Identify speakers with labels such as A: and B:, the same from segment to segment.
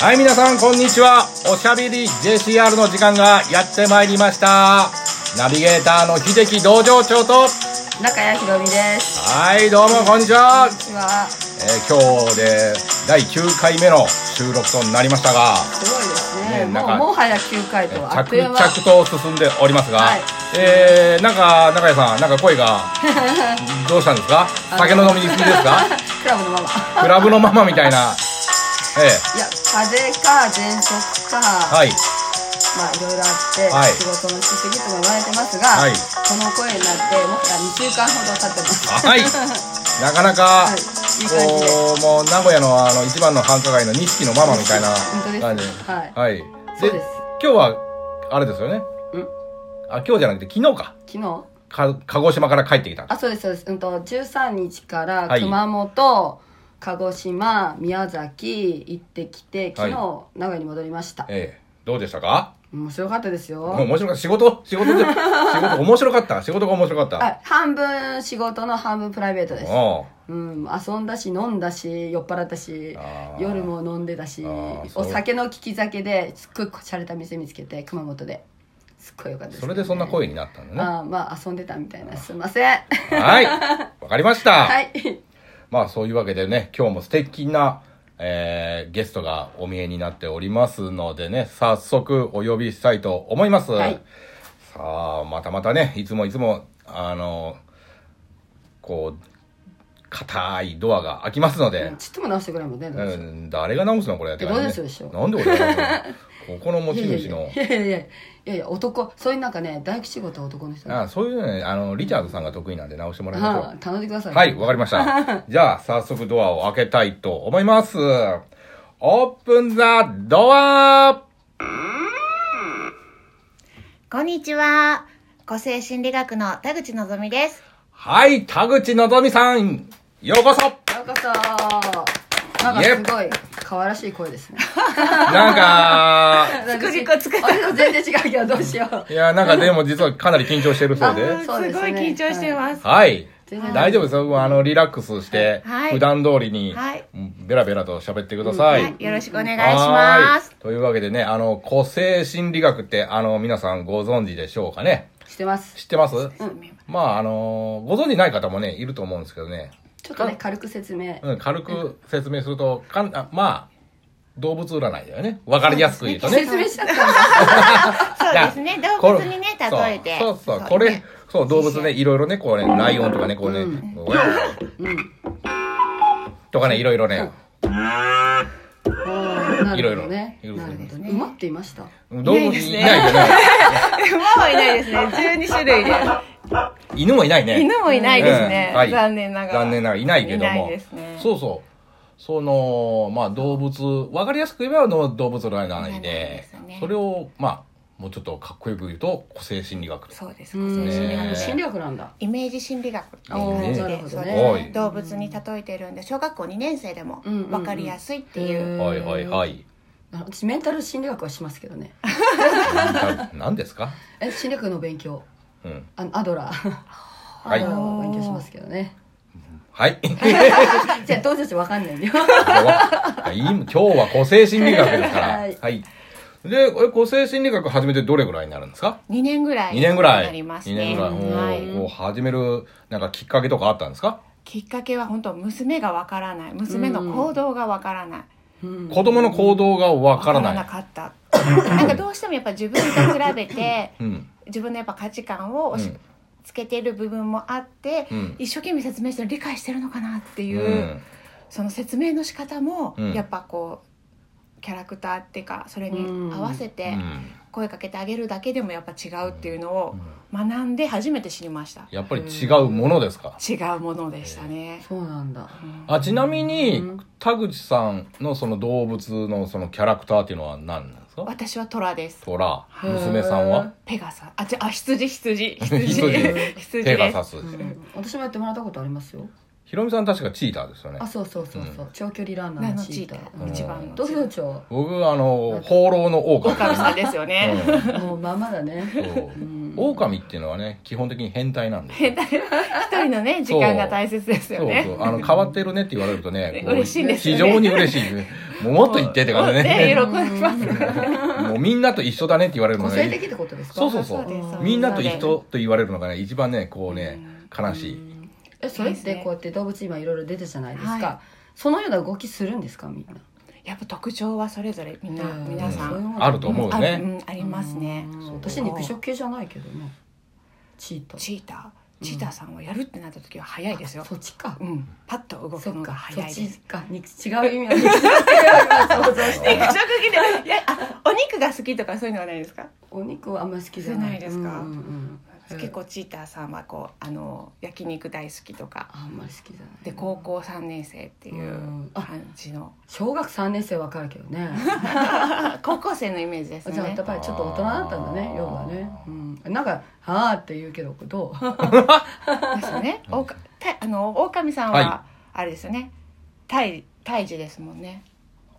A: はい、皆さん、こんにちは。おしゃべり JCR の時間がやってまいりました。ナビゲーターの秀樹道場長と、
B: 中谷ひろみです。
A: はい、どうも、こんにちは。
B: こんにちは。
A: えー今日で第9回目の収録となりましたが、
B: すごいです
A: ね
B: ね。も
A: 中
B: うもはや9回
A: え
B: とはあっと
A: 着
B: いう
A: 々
B: 間。
A: と進んでおりますが、
B: はい
A: えー、なんか、中谷さん、なんか声が、どうしたんですか酒の飲みに行きですか
B: クラブのまま。
A: クラブのママみたいな。ええ
B: いや風邪か喘息か、
A: はい、
B: まあいろいろあって、
A: はい
B: 仕事のしすぎとも言われてますが、
A: はい
B: この声になってもはや2週間ほど経ってます。
A: はいなかなか、
B: はいいい感じで。
A: こうもう名古屋のあの一番の繁華街の錦のママみたいな
B: 本当で
A: 感
B: す
A: じ
B: はい
A: はい、
B: そうです
A: 今日はあれですよね
B: うん
A: あ今日じゃなくて昨日か
B: 昨日
A: か鹿児島から帰ってきた
B: あそうですそうです。うんと13日から
A: はい
B: 熊本、鹿児島、宮崎行ってきて、昨日、名古屋に戻りました。
A: ええどうでしたか
B: 面白かったですよ。
A: もう面白かった仕事仕 事で仕事面白かった仕事が面白かった
B: あ半分仕事の半分プライベートです、
A: おう
B: うん、遊んだし飲んだし酔っ払ったし
A: あー
B: 夜も飲んでたし
A: あーそう
B: お酒の利き酒ですっごい洒落た店見つけて熊本ですっごいよかったです
A: それでそんな
B: 声
A: 声になったんだね
B: あーまあ遊んでたみたいなすいません
A: はいわかりました、
B: はい
A: まあそういうわけでね、今日も素敵な、えーゲストがお見えになっておりますのでね、早速お呼びしたいと思います。
B: はい
A: さあ、またまたね、いつもいつも、あの、こう、硬いドアが開きますので、
B: ちっとも直してくれもねどう
A: う、
B: でしょうん
A: 誰が直すのこれ。って
B: どうですでしょう
A: なんで俺が直す のここの持ち
B: いやい
A: 主
B: や
A: の
B: い。やい やいやいやいや男そういうなんかね大工仕事は男の人
A: あ
B: あ
A: あそういうのね、あの、リチャードさんが得意なんで直してもらいましょう。
B: あ頼んでください
A: はい、わかりま した。じゃあ、早速ドアを開けたいと思います。オープンザドア
C: こんにちは。個性心理学の田口のぞみです。
A: はい、田口のぞみさん、ようこそ
B: ようこそなんかすごい可愛らしい声ですね
A: なんか、
C: 作り子作った
B: あれと全然違うけどどうしよう
A: いや、なんかでも実はかなり緊張してるそうで。
B: あそうですね
C: ごい緊張してます。
A: はい
B: 全然。
A: 大丈夫ですよ。あの、リラックスして、
C: はい
A: 普段通りに
C: はい、
A: ベラベラと喋ってください。
C: はい、よろしくお願いします
A: は。いというわけでね、あの、個性心理学って、あの、皆さんご存知でしょうかね
B: してます
A: 知ってますまあ、あのご存じない方もね、いると思うんですけどね。
B: ちょっとね軽く説明
A: うん、軽く説明すると、かんあまあ、動物占いだよね。わかりやすく言うとね。
B: 説明しちゃったんだ
C: そうですね。動物にね、
A: これ
C: 例えて。
A: そうそうそう、
C: ね
A: これ、そう、動物ね、いろいろね、こうね、ライオンとかね、こうね、こうねとかね、いろいろね、
B: ない
A: ろいろ
B: ね
A: いろいろ
B: なるほどね馬っていました
A: 動物いないよね。
C: 馬はいないですね。12種類で。
A: 犬もいないね。
C: 犬もいないですね
A: うんはい。
C: 残念ながら。
A: 残念ながらいないけども
C: いないですね。
A: そうそうそのまあ動物わかりやすく言えばの動物の占いで
C: 占いですね
A: それをまあもうちょっとかっこよく言うと個性心理学と
C: そうです。
B: う
C: 個性心理
A: ね
B: ん
C: 学。
B: 心理学なんだ
C: イメージ心理学っていう
A: お
C: 感
A: ー
C: じ
A: な
B: るほ
C: で、
B: ど
C: そう
B: ね
C: です動物に例えてるんで、小学校2年生でも
B: うんうんうん
C: 分かりやすいってい
B: へ
C: う。
B: ー
A: はいはいはい
B: 私メンタル心理学はしますけどね
A: な何ですか
B: え心理学の勉強
A: うん
B: あのアドラー
A: は
B: ア
A: い
B: ドラーの勉強しますけどね
A: はい今日
B: じゃあどうせしわかんないんだよ
A: は今日は個性心理学ですからは
B: はいい、
A: でえ個性心理学始めてどれぐらいになるんですか
C: 2年ぐらい
A: 2年ぐらい
C: なります
A: 2
C: ね。
A: 年ぐらいおー
C: はい
A: こう始めるなんかきっかけとかあったんですか
C: きっかけは本当娘がわからない娘の行動がわからない、
B: うん
A: 子供の行動がわからない
C: わから なかったなんかどうしてもやっぱ自分と比べて
A: うん
C: 自分のやっぱ価値観を
A: う
C: 押し
A: ん
C: つけてる部分もあって、
A: うん
C: 一生懸命説明してる理解してるのかなって
A: う
C: いう、
A: ん
C: その説明の仕方も
A: うん
C: やっぱこうキャラクターっていうかそれに合わせ
A: う
C: て
A: ん
C: 声かけてあげるだけでもやっぱ違うっていうのを学んで初めて知りました
A: やっぱり違うものですか、
C: 違うものでしたね
B: そうなんだ
A: あちなみに、
B: うん
A: 田口さんのその動物のそのキャラクターっていうのは何なんですか
C: 私は虎です
A: トラ
B: へー
A: 娘さんは
C: ペガサあちあ羊羊
A: 羊
C: 羊
A: 手
C: で
A: が
C: す
A: さす、
B: うん私もやってもらったことありますよ
A: ひろみさん確かチーターですよね
B: あそうそうそうそう長距離ランナ
C: ナ
B: ー
C: ノ
B: の
C: チ
B: チ
C: ー
B: ー
C: タ
B: タ
C: ー
A: うん
B: ー
C: 一番の
B: どうせ長
A: 僕あの放浪の狼
C: 岡部さんですよね、
B: もうまんまだね
A: うんそう狼っていうのはね基本的に変態なんですよ
C: 一人のね時間が大切ですよね
A: そうそうあの変わってるねって言われるとねこう
C: 嬉しいんですよ
A: 非
C: ね
A: 常に嬉しいもうもっと言ってって感じだ ね。
C: もうね喜びます。
A: もうみんなと一緒だねって言われるの
B: 個
A: が
B: 性的ってことですか
A: そうそうそ
C: そうですそう
A: う。
C: です
A: みんなと一緒と言われるのがね、一番ね、こうね、悲しい。
B: えそれってこうやって動物今いろいろ出てじゃないですか、
C: は
B: そのような動きするんですかみんな
C: やっぱ特徴はそれぞれみんな
B: うん
A: う
C: 皆さん、
A: んあると思う
C: あるう
A: ね。
C: んありますね。
B: そう私肉食系じゃないけどねチート
C: チーター、チーターさんをやるってなった時は早いですよ。
B: そっちか、
C: うん、パッと動
B: そ
C: く
B: っ
C: のが
B: か
C: 早
B: そ
C: い
B: っ
C: です。
B: ちか肉違う意味の肉食 系を今想像して
C: 肉食系でいやあお肉が好きとかそういうのはないですか
B: お肉はあんまり好きじゃない
C: 好きじゃないですか
B: うんうんうんうん
C: 結構チーターさんはこうあの焼肉大好きとか
B: あんまり好きじゃない
C: で高校3年生っていう
B: うんあ
C: 感じの
B: 小学3年生わかるけど ね
C: あ高校生のイメージです
B: じゃあや
C: ね
B: っぱりちょっと大人だったんだね
A: あー
B: 夜はね、うん、なんか「はあ」って言うけどどう
C: ですね おうかたあの狼さん
A: は
C: はあれですよね胎胎児ですもんね、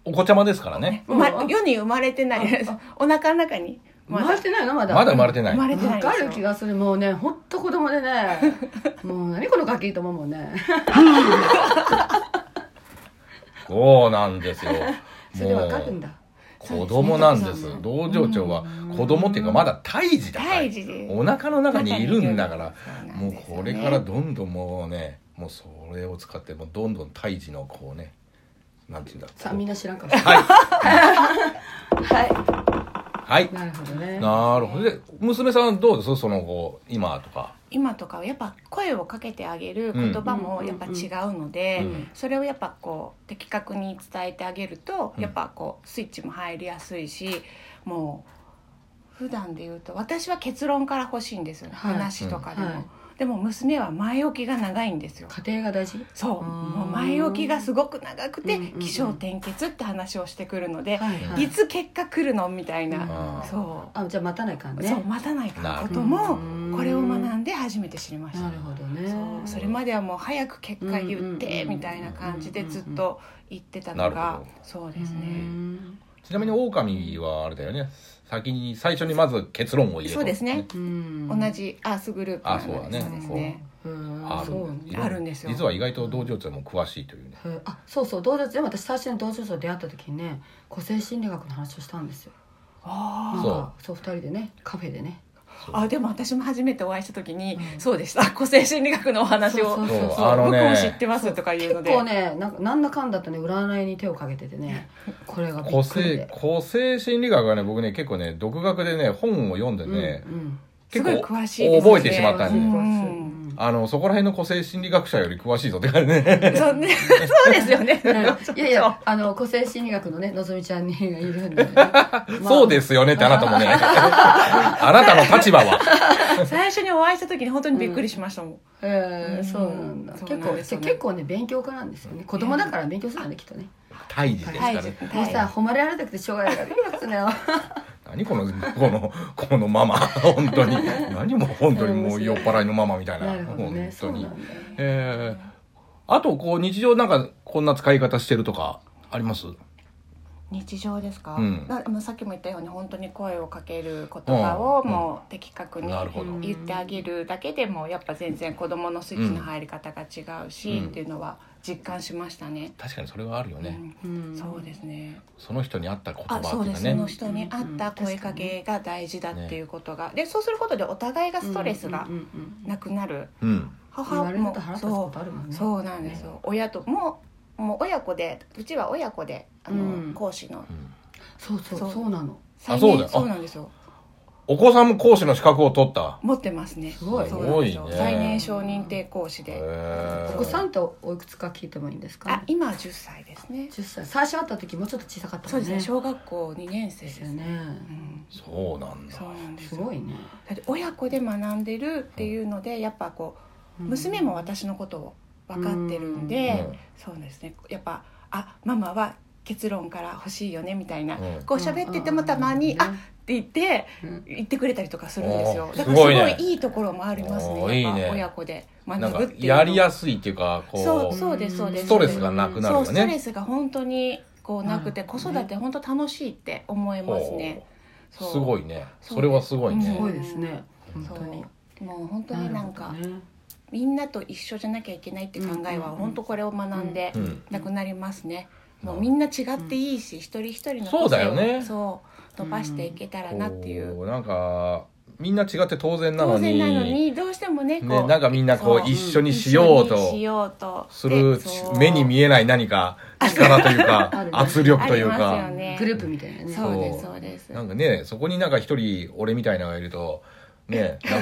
A: お子ちゃまですからね。
B: うん
C: ま、世に生まれてないです お腹の中に
B: 生まれてないのまだ
A: まだ生まれてない
C: 生。まれてない
B: わ
C: ですよ
B: かる気がするもうねほんと子供でね もう何このガキと思うもんね
A: そうなんですよ。
B: それでわかるんだ
A: 子供なんで
C: そうです
A: す
C: ね
A: 道場長は子供っていうかまだ胎児だから
C: 胎児です
A: お腹の中にいるんだから
C: そうなん
A: もう
C: ですよね
A: これからどんどんもうねもうそれを使ってもうどんどん胎児のこうねなんていうんだ
B: さあみんな知らんかもしれない
A: はい
B: は
A: はい
B: いなるほどね
A: なるほどで娘さんはどうですその後今とか
C: 今とかはやっぱ声をかけてあげる言葉もやっぱ違うので、
A: うん
C: それをやっぱこう的確に伝えてあげると、
A: うん
C: やっぱこうスイッチも入りやすいしもう普段で言うと私は結論から欲しいんですよ、
B: はい
C: 話とかでも、
B: うんはい
C: でも娘は前置きが長いんですよ
B: 家庭が大事
C: そう
B: うん
C: もう前置きがすごく長くて
B: うんうんうん
C: 起承転結って話をしてくるので、
B: はいい
A: うん
C: いつ結果来るのみたいな、
A: あー
C: そ
B: あじゃあ待たないかん
C: う、
B: ね
C: そう待たないからこ
B: な
C: と
B: るほ
C: も
B: ど
C: これを学んで初めて知りました
B: なるほどね
C: そうそれまではもう早く結果言っ
B: うんうんうん
C: て
B: うん
C: みたいな感じでずっと言ってたの
A: なる
C: が
A: ほど
C: そう
B: う
C: ですね
B: ん
A: ちなみに狼はあれだよね先に最初にまず結論を言えと
C: そうですね
B: うん
C: 同じアースグループ
A: あそうだね
C: なのでそうですね
B: うん
A: あ
B: そう
A: る
C: あるんですよ
A: 実は意外と道場長も詳しいというね
B: へーあそうそう同情でも私最初に同情と出会った時にね個性心理学の話をしたんですよ
C: あ
B: なん
A: そう
B: かそう二人でねカフェでね
C: ーあでも私も初めてお会いした時に
B: うん
C: そうでした個性心理学のお話
B: そ
C: を
B: うそう
A: そうあの
C: 僕
A: ね
C: も知ってますとか言
B: 結
C: うので
B: 構ねなんかなんだかんだとね占いに手をかけてて ねこれがび
A: 個
B: っくり
A: 性
B: で
A: 個性心理学はね僕ね結構ね独学でね本を読んでね、
B: うんうん
C: す
A: 結
C: ごい
A: 構
C: 詳しいですね
A: 覚えてしまったんで、
C: うん
A: あのそこら辺の個性心理学者より詳しいぞって感じ ね
C: そうねそうですよね
B: いやいやあの個性心理学のねのぞみちゃんにいるんで、 ねまあ
A: そうですよねってあなたもねあなたの立場は
C: 最初にお会いした時に本当にびっくりしましたもん
B: えー、
C: うん
B: そうなんだ
C: そう
B: 結
C: なん
B: 構
C: ですよね
B: 結構ね勉強家なんですよね子供だから勉強するんだねきっとね
A: 胎児ですか
C: 胎
A: ら
C: 児
A: ね
B: もう
C: 胎児
B: さ誉れられたくてしょうがないからいいですね
A: 何このこのこのママ本当に何も本当にもう酔っ払いのママみたいな
B: なるほどねそ
A: 本
B: う
A: 当
B: なん
A: に
B: だ
A: えーあとこう日常なんかこんな使い方してるとかあります
C: 日常ですか、
A: うん
C: なまあさっきも言ったように本当に声をかける言葉を
A: うん
C: もう的確に
A: なるほど
C: 言ってあげるだけでもやっぱ全然子どものスイッチの入り方が違うし、
A: うん
C: っていうのは実感しましたね。
A: 確かにそれはあるよね、
C: うん
B: ん
C: そうですね。
A: その人に合った言葉
C: あ、
A: って
C: そう
A: い
C: で
A: うか
C: す。その
A: ね
C: 人に合った声かけが大事だっていうことが、で、そうすることでお互いがストレスが
B: うんうんうん
C: なくなる。
A: うん
B: 言わ
C: 母
B: れる
C: も
B: と腹立つこ
C: そ
B: とあるもん
C: う、
B: ね
C: そうなんですよ。親とももう親子で、うちは親子であの、
B: うん
C: 講師の
A: うん
B: そうそう
C: そ
B: そううなの
A: あそうだよあ
C: そうなんですよ。
A: お子さんも講師の資格を取った
C: 持ってますね。
B: すごい
C: そうなんです
A: す
C: よ
A: ごいね
C: 最年少認定講師
A: へ
C: で。
A: ー
B: お子さんとおいくつか聞いてもいいんですか
C: あ、今は10歳ですね。
B: 10歳最初会った時もうちょっと小さかった
C: そ
B: も
C: うんです
B: ね
C: ね。小学校2年生
B: で
C: ですす
B: よ
C: ね。
B: ね
C: うん
A: そうなんだ
C: そうなんです
B: す
C: よ
B: ごいね
C: だって親子で学んでるっていうので、やっぱこう娘も私のことを分かってるんで、
A: うん
C: そうですね。やっぱあママは結論から欲しいよねみたい
A: う
C: な、
A: ん
C: こう喋っててもたまに、
B: うん
C: あって言って
B: うん
C: 言ってくれたりとかするんですよ
A: お。ー
C: だから
A: す
C: すご
A: ごいね
C: いいいところもあります
A: おー
C: ね。やっぱ
A: いいね
C: 親子で
A: なん
C: 学
A: か
C: ぶっていうの
A: やりやすいっていうか
C: そ
A: こ
C: う
A: う
C: そうですそうです
A: ストレスがなくなるよ
C: そうストレ
A: ね
C: スが本当にこうなくて
B: なる
C: 子
B: ほど
C: 育
B: ね
C: て本当楽しいって思えますね
A: ほうすご
C: い
A: いね
C: そう
A: それはすごい
B: す
A: ね
B: ごいですね本
C: そう
B: 当に
C: もう本当になんか
B: るほどね
C: みんなと一緒じゃなきゃいけないって考えは
B: うん
C: 本当これを学んで
A: うん
C: なくなりますねもうみんな違っていいし、一人一人の
A: そうだよね
C: そう伸ばしていけたらなっていう、
A: こうなんかみんな違って当然なの
C: 当
A: に
C: 然なのにどうしてもねこう
A: ね、なんかみんなこ
C: そうう
A: 一緒にしよう
C: 一緒に
A: と
C: しようと
A: する
C: でそう
A: 目に見えない何か力という
B: あ
A: か
B: る
A: 圧力という
C: ありますよ
A: か、
C: ね
B: グループみたいなね
C: そうですそうです
A: なんかねそこになんか一人俺みたいなのがいるとねなん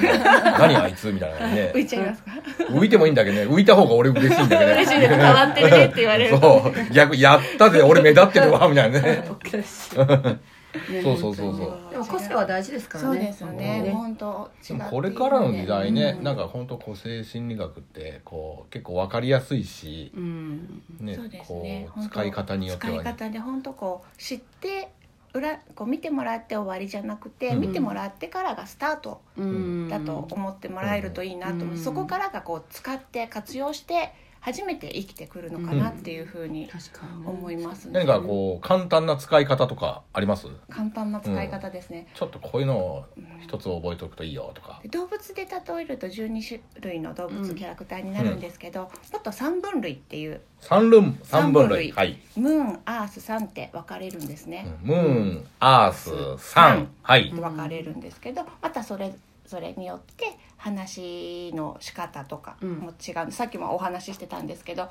A: か何あいつみたいな
C: 浮い
A: ね
C: ちゃいます か
A: 浮いてもいいんだけどね浮いた方が俺嬉しいんだけどね
C: 嬉しいです変わってるねって言われると
A: そう逆やったぜ俺目立ってるわみたいなね
B: おかしいね
A: そうそうそうそう
B: でも個性は大事ですからね
C: そうですよね
B: 本
C: 本当違って
A: で
C: いい
A: もこれからの時代ね、
C: うん
A: なんか本当個性心理学ってこう結構わかりやすいし、
B: 当ねうん
A: ね
C: そうですね
A: こう
C: 本当
A: 使い方によっては
C: 使い
A: ね
C: 方で本当こう知って裏こう見てもらって終わりじゃなくて、
A: うん
C: 見てもらってからがスタート
B: うん
C: だと思ってもらえるといいなと思う、
B: うん
C: そこからがこう使って活用して初めて生きてくるのかなっていうふうに
B: 確かに
C: 思いますね、
A: 何かこう簡単な使い方とかあります
C: 簡単な使い方ですね、
A: ちょっとこういうのを一つ覚えておくといいよとか、
C: で動物で例えると12種類の動物キャラクターになるんですけど、もっと3分類っていう
A: 三分三分類
C: 三分類
A: はい、
C: ムーンアース3って分かれるんですね、
A: ムーンアースサンはい、
B: うん
C: 分かれるんですけどまたそれぞれによって話の仕方とかも違う、さっきもお話ししてたんですけど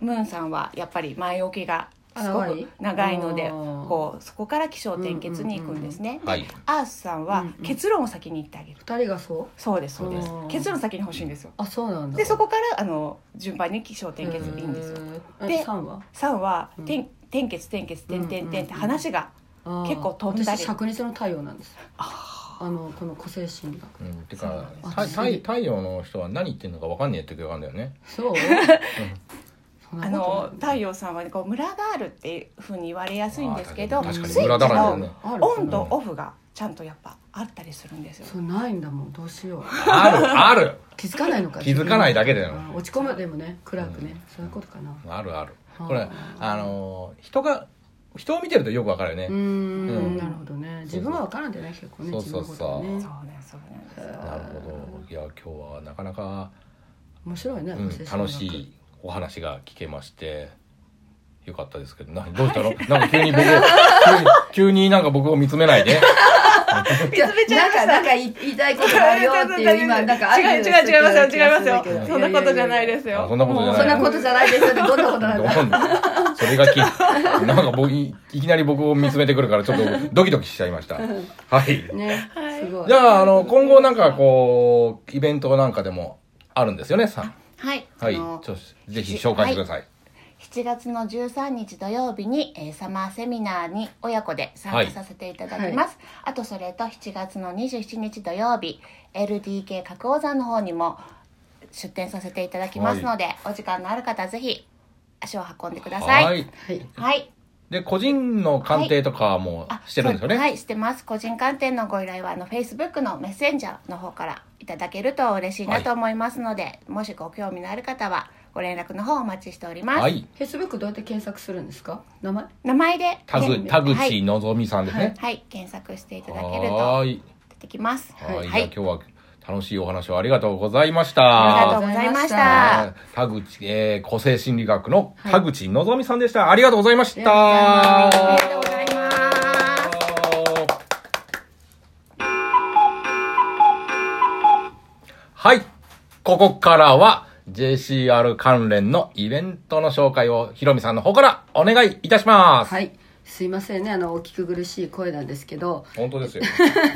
C: ムーンさんはやっぱり前置きがすご
B: 長
C: く
B: い
C: 長いので
B: あー
C: こうそこから起承転結に行くんですね。
A: はい
C: アースさん
B: う
C: は
B: んうん
C: 結論を先に言ってあげる
B: 二人がそう
C: そうですそうです
B: あー
C: 結論先に欲しいんですよ
B: あそうなんだ
C: でそこからあの順番に起承転結でいいんですよ
B: よ
C: で
B: で三は
C: 3は
B: うん
C: 転転結転結転転転って話が
B: あー
C: 結構飛んだり
B: 私灼熱の太陽なんですあのこの個性心理学
A: うん、て
C: そう
A: か
C: なん
B: です
A: 太太太陽の人は何言ってるのかわかんねえって言うんだよね
B: そうそん
C: あ
B: なこと
C: の太陽さんはねこうムラがあるっていうふうに言われやすいんですけ
A: あ
C: ど
A: ー確かに
C: スイッチ
A: ムラだら
C: が
A: けだね
B: ある
C: オンとオフがちゃんとやっぱあったりするんですよ。
B: そうないんだもんどうしよう
A: あるある
B: 気づかないのか
A: 気づかないだけだよ
B: あー落ち込むでもね暗くね、そういうことかな
A: あるある
B: あー
A: これあのー人が人を見てるとよくわかるよね、
B: うー
A: うん
B: んなるほどね自分は分からんでね結構ね
A: そう
B: 自
A: そう
B: 分の
A: そう
B: ことはね
C: そうねそうなんですよ。
A: なるほどいや今日はなかなか、
B: 面白いね、
A: うん
B: 精神科学
A: 楽しいお話が聞けましてよかったですけどなどうしたのなんか急に 僕を急に急になんか僕を見つめないで
B: いや
C: 見つめちゃいました
B: なんかなんか言い言いたいことがあるよっていう今なんかある
C: 違う違う違いますよ違いますよ
B: 気がるんだけど
C: そんなことじゃな
B: や
C: い
B: やや
C: ですよ
A: あそんなことじゃ
B: そ
A: なんい
B: なことじゃないですよってどんなこと なんだ
A: どんそれがきなんか僕いいきなり僕を見つめてくるからちょっとドキドキしちゃいましたはい
B: ね
C: はい
B: すごい
A: じゃああの今後なんかこうイベントなんかでもあるんですよねさ
C: はい、
A: はい
C: あの
A: ちょぜひ紹介してください、
C: 7月の13日土曜日に、えーサマーセミナーに親子で参加させていただきます、あとそれと7月の27日土曜日 LDK 角王山の方にも出店させいただきますので、お時間のある方はぜひ足を運んでくださいはい、
B: はい
A: で個人の鑑定とかも
C: あ
A: してるんですよね、
C: そうはいしてます個人鑑定のご依頼はあの Facebook のメッセンジャーの方からいただけると嬉しいなと思いますので、もしご興味のある方はご連絡の方お待ちしております、
A: はい
B: Facebook どうやって検索するんですか名前
C: 名前で
A: 田口
C: ね
A: 田
C: はい
A: 口のぞみさんですね。
C: はい、検索していただける
A: は
C: と
A: ーい。
C: 出てきます。
A: は。
C: はいい、
A: じゃあ今
C: あ
A: 日は楽しいお話をありがとうございまし
C: りが
A: た。
C: とうございまし
B: あ
A: 田
C: た。
A: 口、えー、個性心理学の田口のぞみさんでした。ありがとうございました。
B: あ
C: ありがとうございます。
A: はい。ここからは JCR 関連のイベントの紹介をひろみさんの方からお願いいたします。
B: はいすいませんねあのお聞き苦しい声なんですけど
A: 本当ですよ。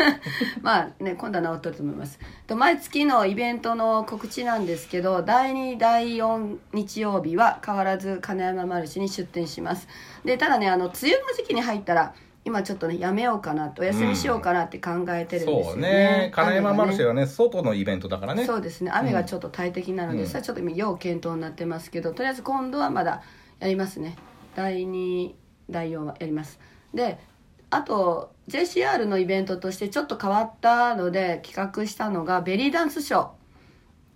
B: まあね今度は治ってると思いますと毎月のイベントの告知なんですけど第2第4日曜日は変わらず金山マルシェに出店しますでただねあの梅雨の時期に入ったら今ちょっとねやめようかなとお休みしようかなって考えてるんですよね、
A: そうね。金山マルシェ
B: は
A: はね、外のイベントだからね。
B: そうですね雨がちょっと大敵なので、それはちょっと今要検討になってますけどとりあえず今度はまだやりますね第2第4はやりますであと JCR のイベントとしてちょっと変わったので企画したのがベリーダンスショーっ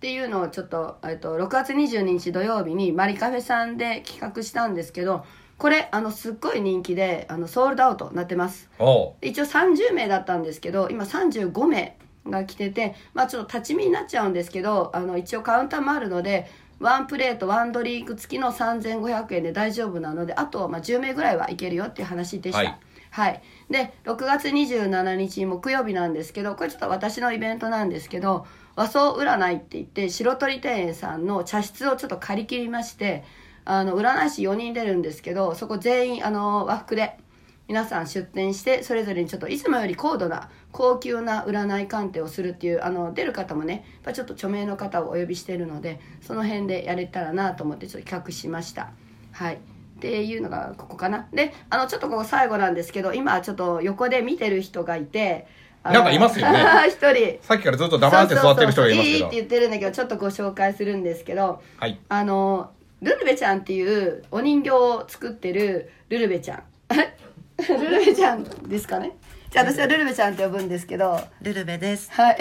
B: ていうのをちょっとえっと6月22日土曜日にマリカフェさんで企画したんですけどこれあのすっごい人気であのソールドアウトになってます
A: おう
B: 一応30名だったんですけど今35名が来ててまあちょっと立ち見になっちゃうんですけどあの一応カウンターもあるのでワンプレートワンドリンク付きの3500円で大丈夫なのであとまあ10名ぐらいはいけるよっていう話でした、
A: は
B: はいいで6月27日木曜日なんですけどこれちょっと私のイベントなんですけど和装占いって言って白鳥庭園さんの茶室をちょっと借り切りましてあの占い師4人出るんですけどそこ全員あの和服で皆さん出店してそれぞれにちょっといつもより高度な高級な占い鑑定をするっていうあの出る方もねやっぱちょっと著名の方をお呼びしてるのでその辺でやれたらなと思ってちょっと企画しましたはいっていうのがここかなであのちょっとここ最後なんですけど今ちょっと横で見てる人がいてあの
A: なんかいますよね
B: 一人
A: さっきからずっと黙って座ってる人がいますけ
B: そうそうそうい
A: ど
B: いって言ってるんだけどちょっとご紹介するんですけど
A: はい
B: あのルルベちゃんっていうお人形を作ってるルルベちゃん ルルベちゃんですかねじゃあ私はルルベちゃんって呼ぶんですけど
D: ルルベです。
B: はい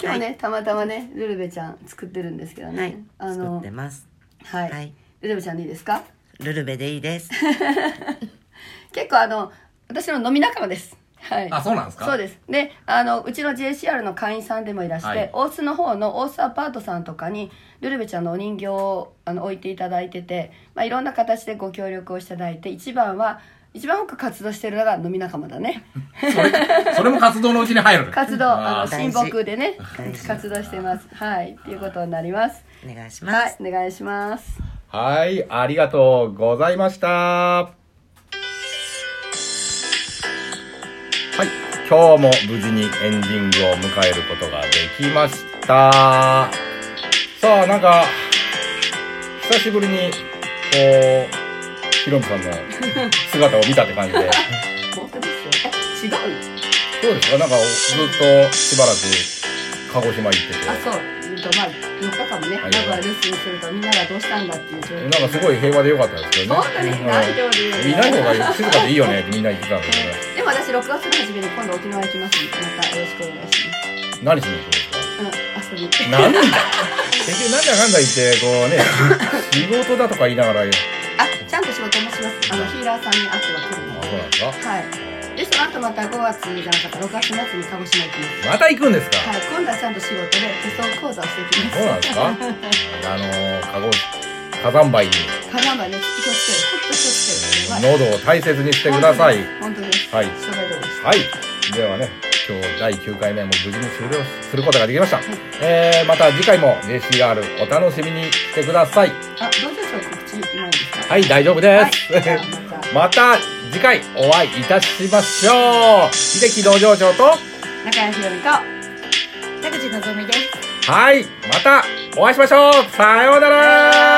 B: 今日ね、たまたまねルルベちゃん作ってるんですけどね、
D: はい、
B: あ
D: 作っ
B: の
D: てます。
B: はい、
D: はい
B: ルルベちゃんでいいですか
D: ルルベでいい です。
B: 結構あの私の飲み仲間ですはい
A: あそうなんですか
B: そうですであのうちの JCR の会員さんでもいらして、
A: はい
B: 大須の方の大須アパートさんとかにルルベちゃんのお人形をあの置いていただいてて、まあ、いろんな形でご協力をいただいて一番は一番多く活動してるのが飲み仲間 だね
A: それそれも活動のうちに入る
B: 活動あの
A: あー
B: 親睦でね
D: 大事
B: 活動してますはいっていうことになります
D: お願いしま
B: はい
D: す。
B: お願いします
A: はいありがとうございましたはい今日も無事にエンディングを迎えることができましたさあなんか久しぶりにこうヒロムさんの姿を見たって感じで
B: 本当ですよ違う
A: どうですかなんかずっとしばらく鹿児島行ってて
B: あそうえっとまあ4日間もね
A: は
B: 名
A: い
B: 古屋留守にするとみんながどうしたんだっていう状況
A: なんかすごい平和で良かったですけどね
B: 本当に
A: うん
B: 大丈夫
A: いない方が静かでいいよねってみんな言ってたんだけどね
B: でも私6月の初めに今度沖縄行きますんでまたよろしくお願いします
A: 何しに行くんですか
B: うん遊び
A: なんだ結局なんだかんだ言ってこうね仕事だとか言いながらあ
B: あちゃんと仕事もしますあのヒーラーさんに会っては来るの
A: そう
B: で
A: なんですか
B: はいでその後また5月じゃなかった6月末に鹿児島行きます
A: また行くんですか、
B: はい今度はちゃんと仕事で手相講座をしていきま
A: そう
B: す
A: なんですかあのー、鹿児火山灰に
B: 火山灰ね気をつけるほんと気をつける
A: 喉を大切にしてください
B: 本当です
A: はい
B: それどうです
A: はいではね今日第9回目も無事に終了することができました、えー、また次回も JCR お楽しみにしてください
B: あどうでしょう告知ないんですか
A: はい大丈夫です、
B: はいじゃあまた
A: また次回お会いいたしましょう秀樹道場長と
B: 中谷ひろみと
C: 田口のぞみです
A: はいまたお会いしましょうさようなら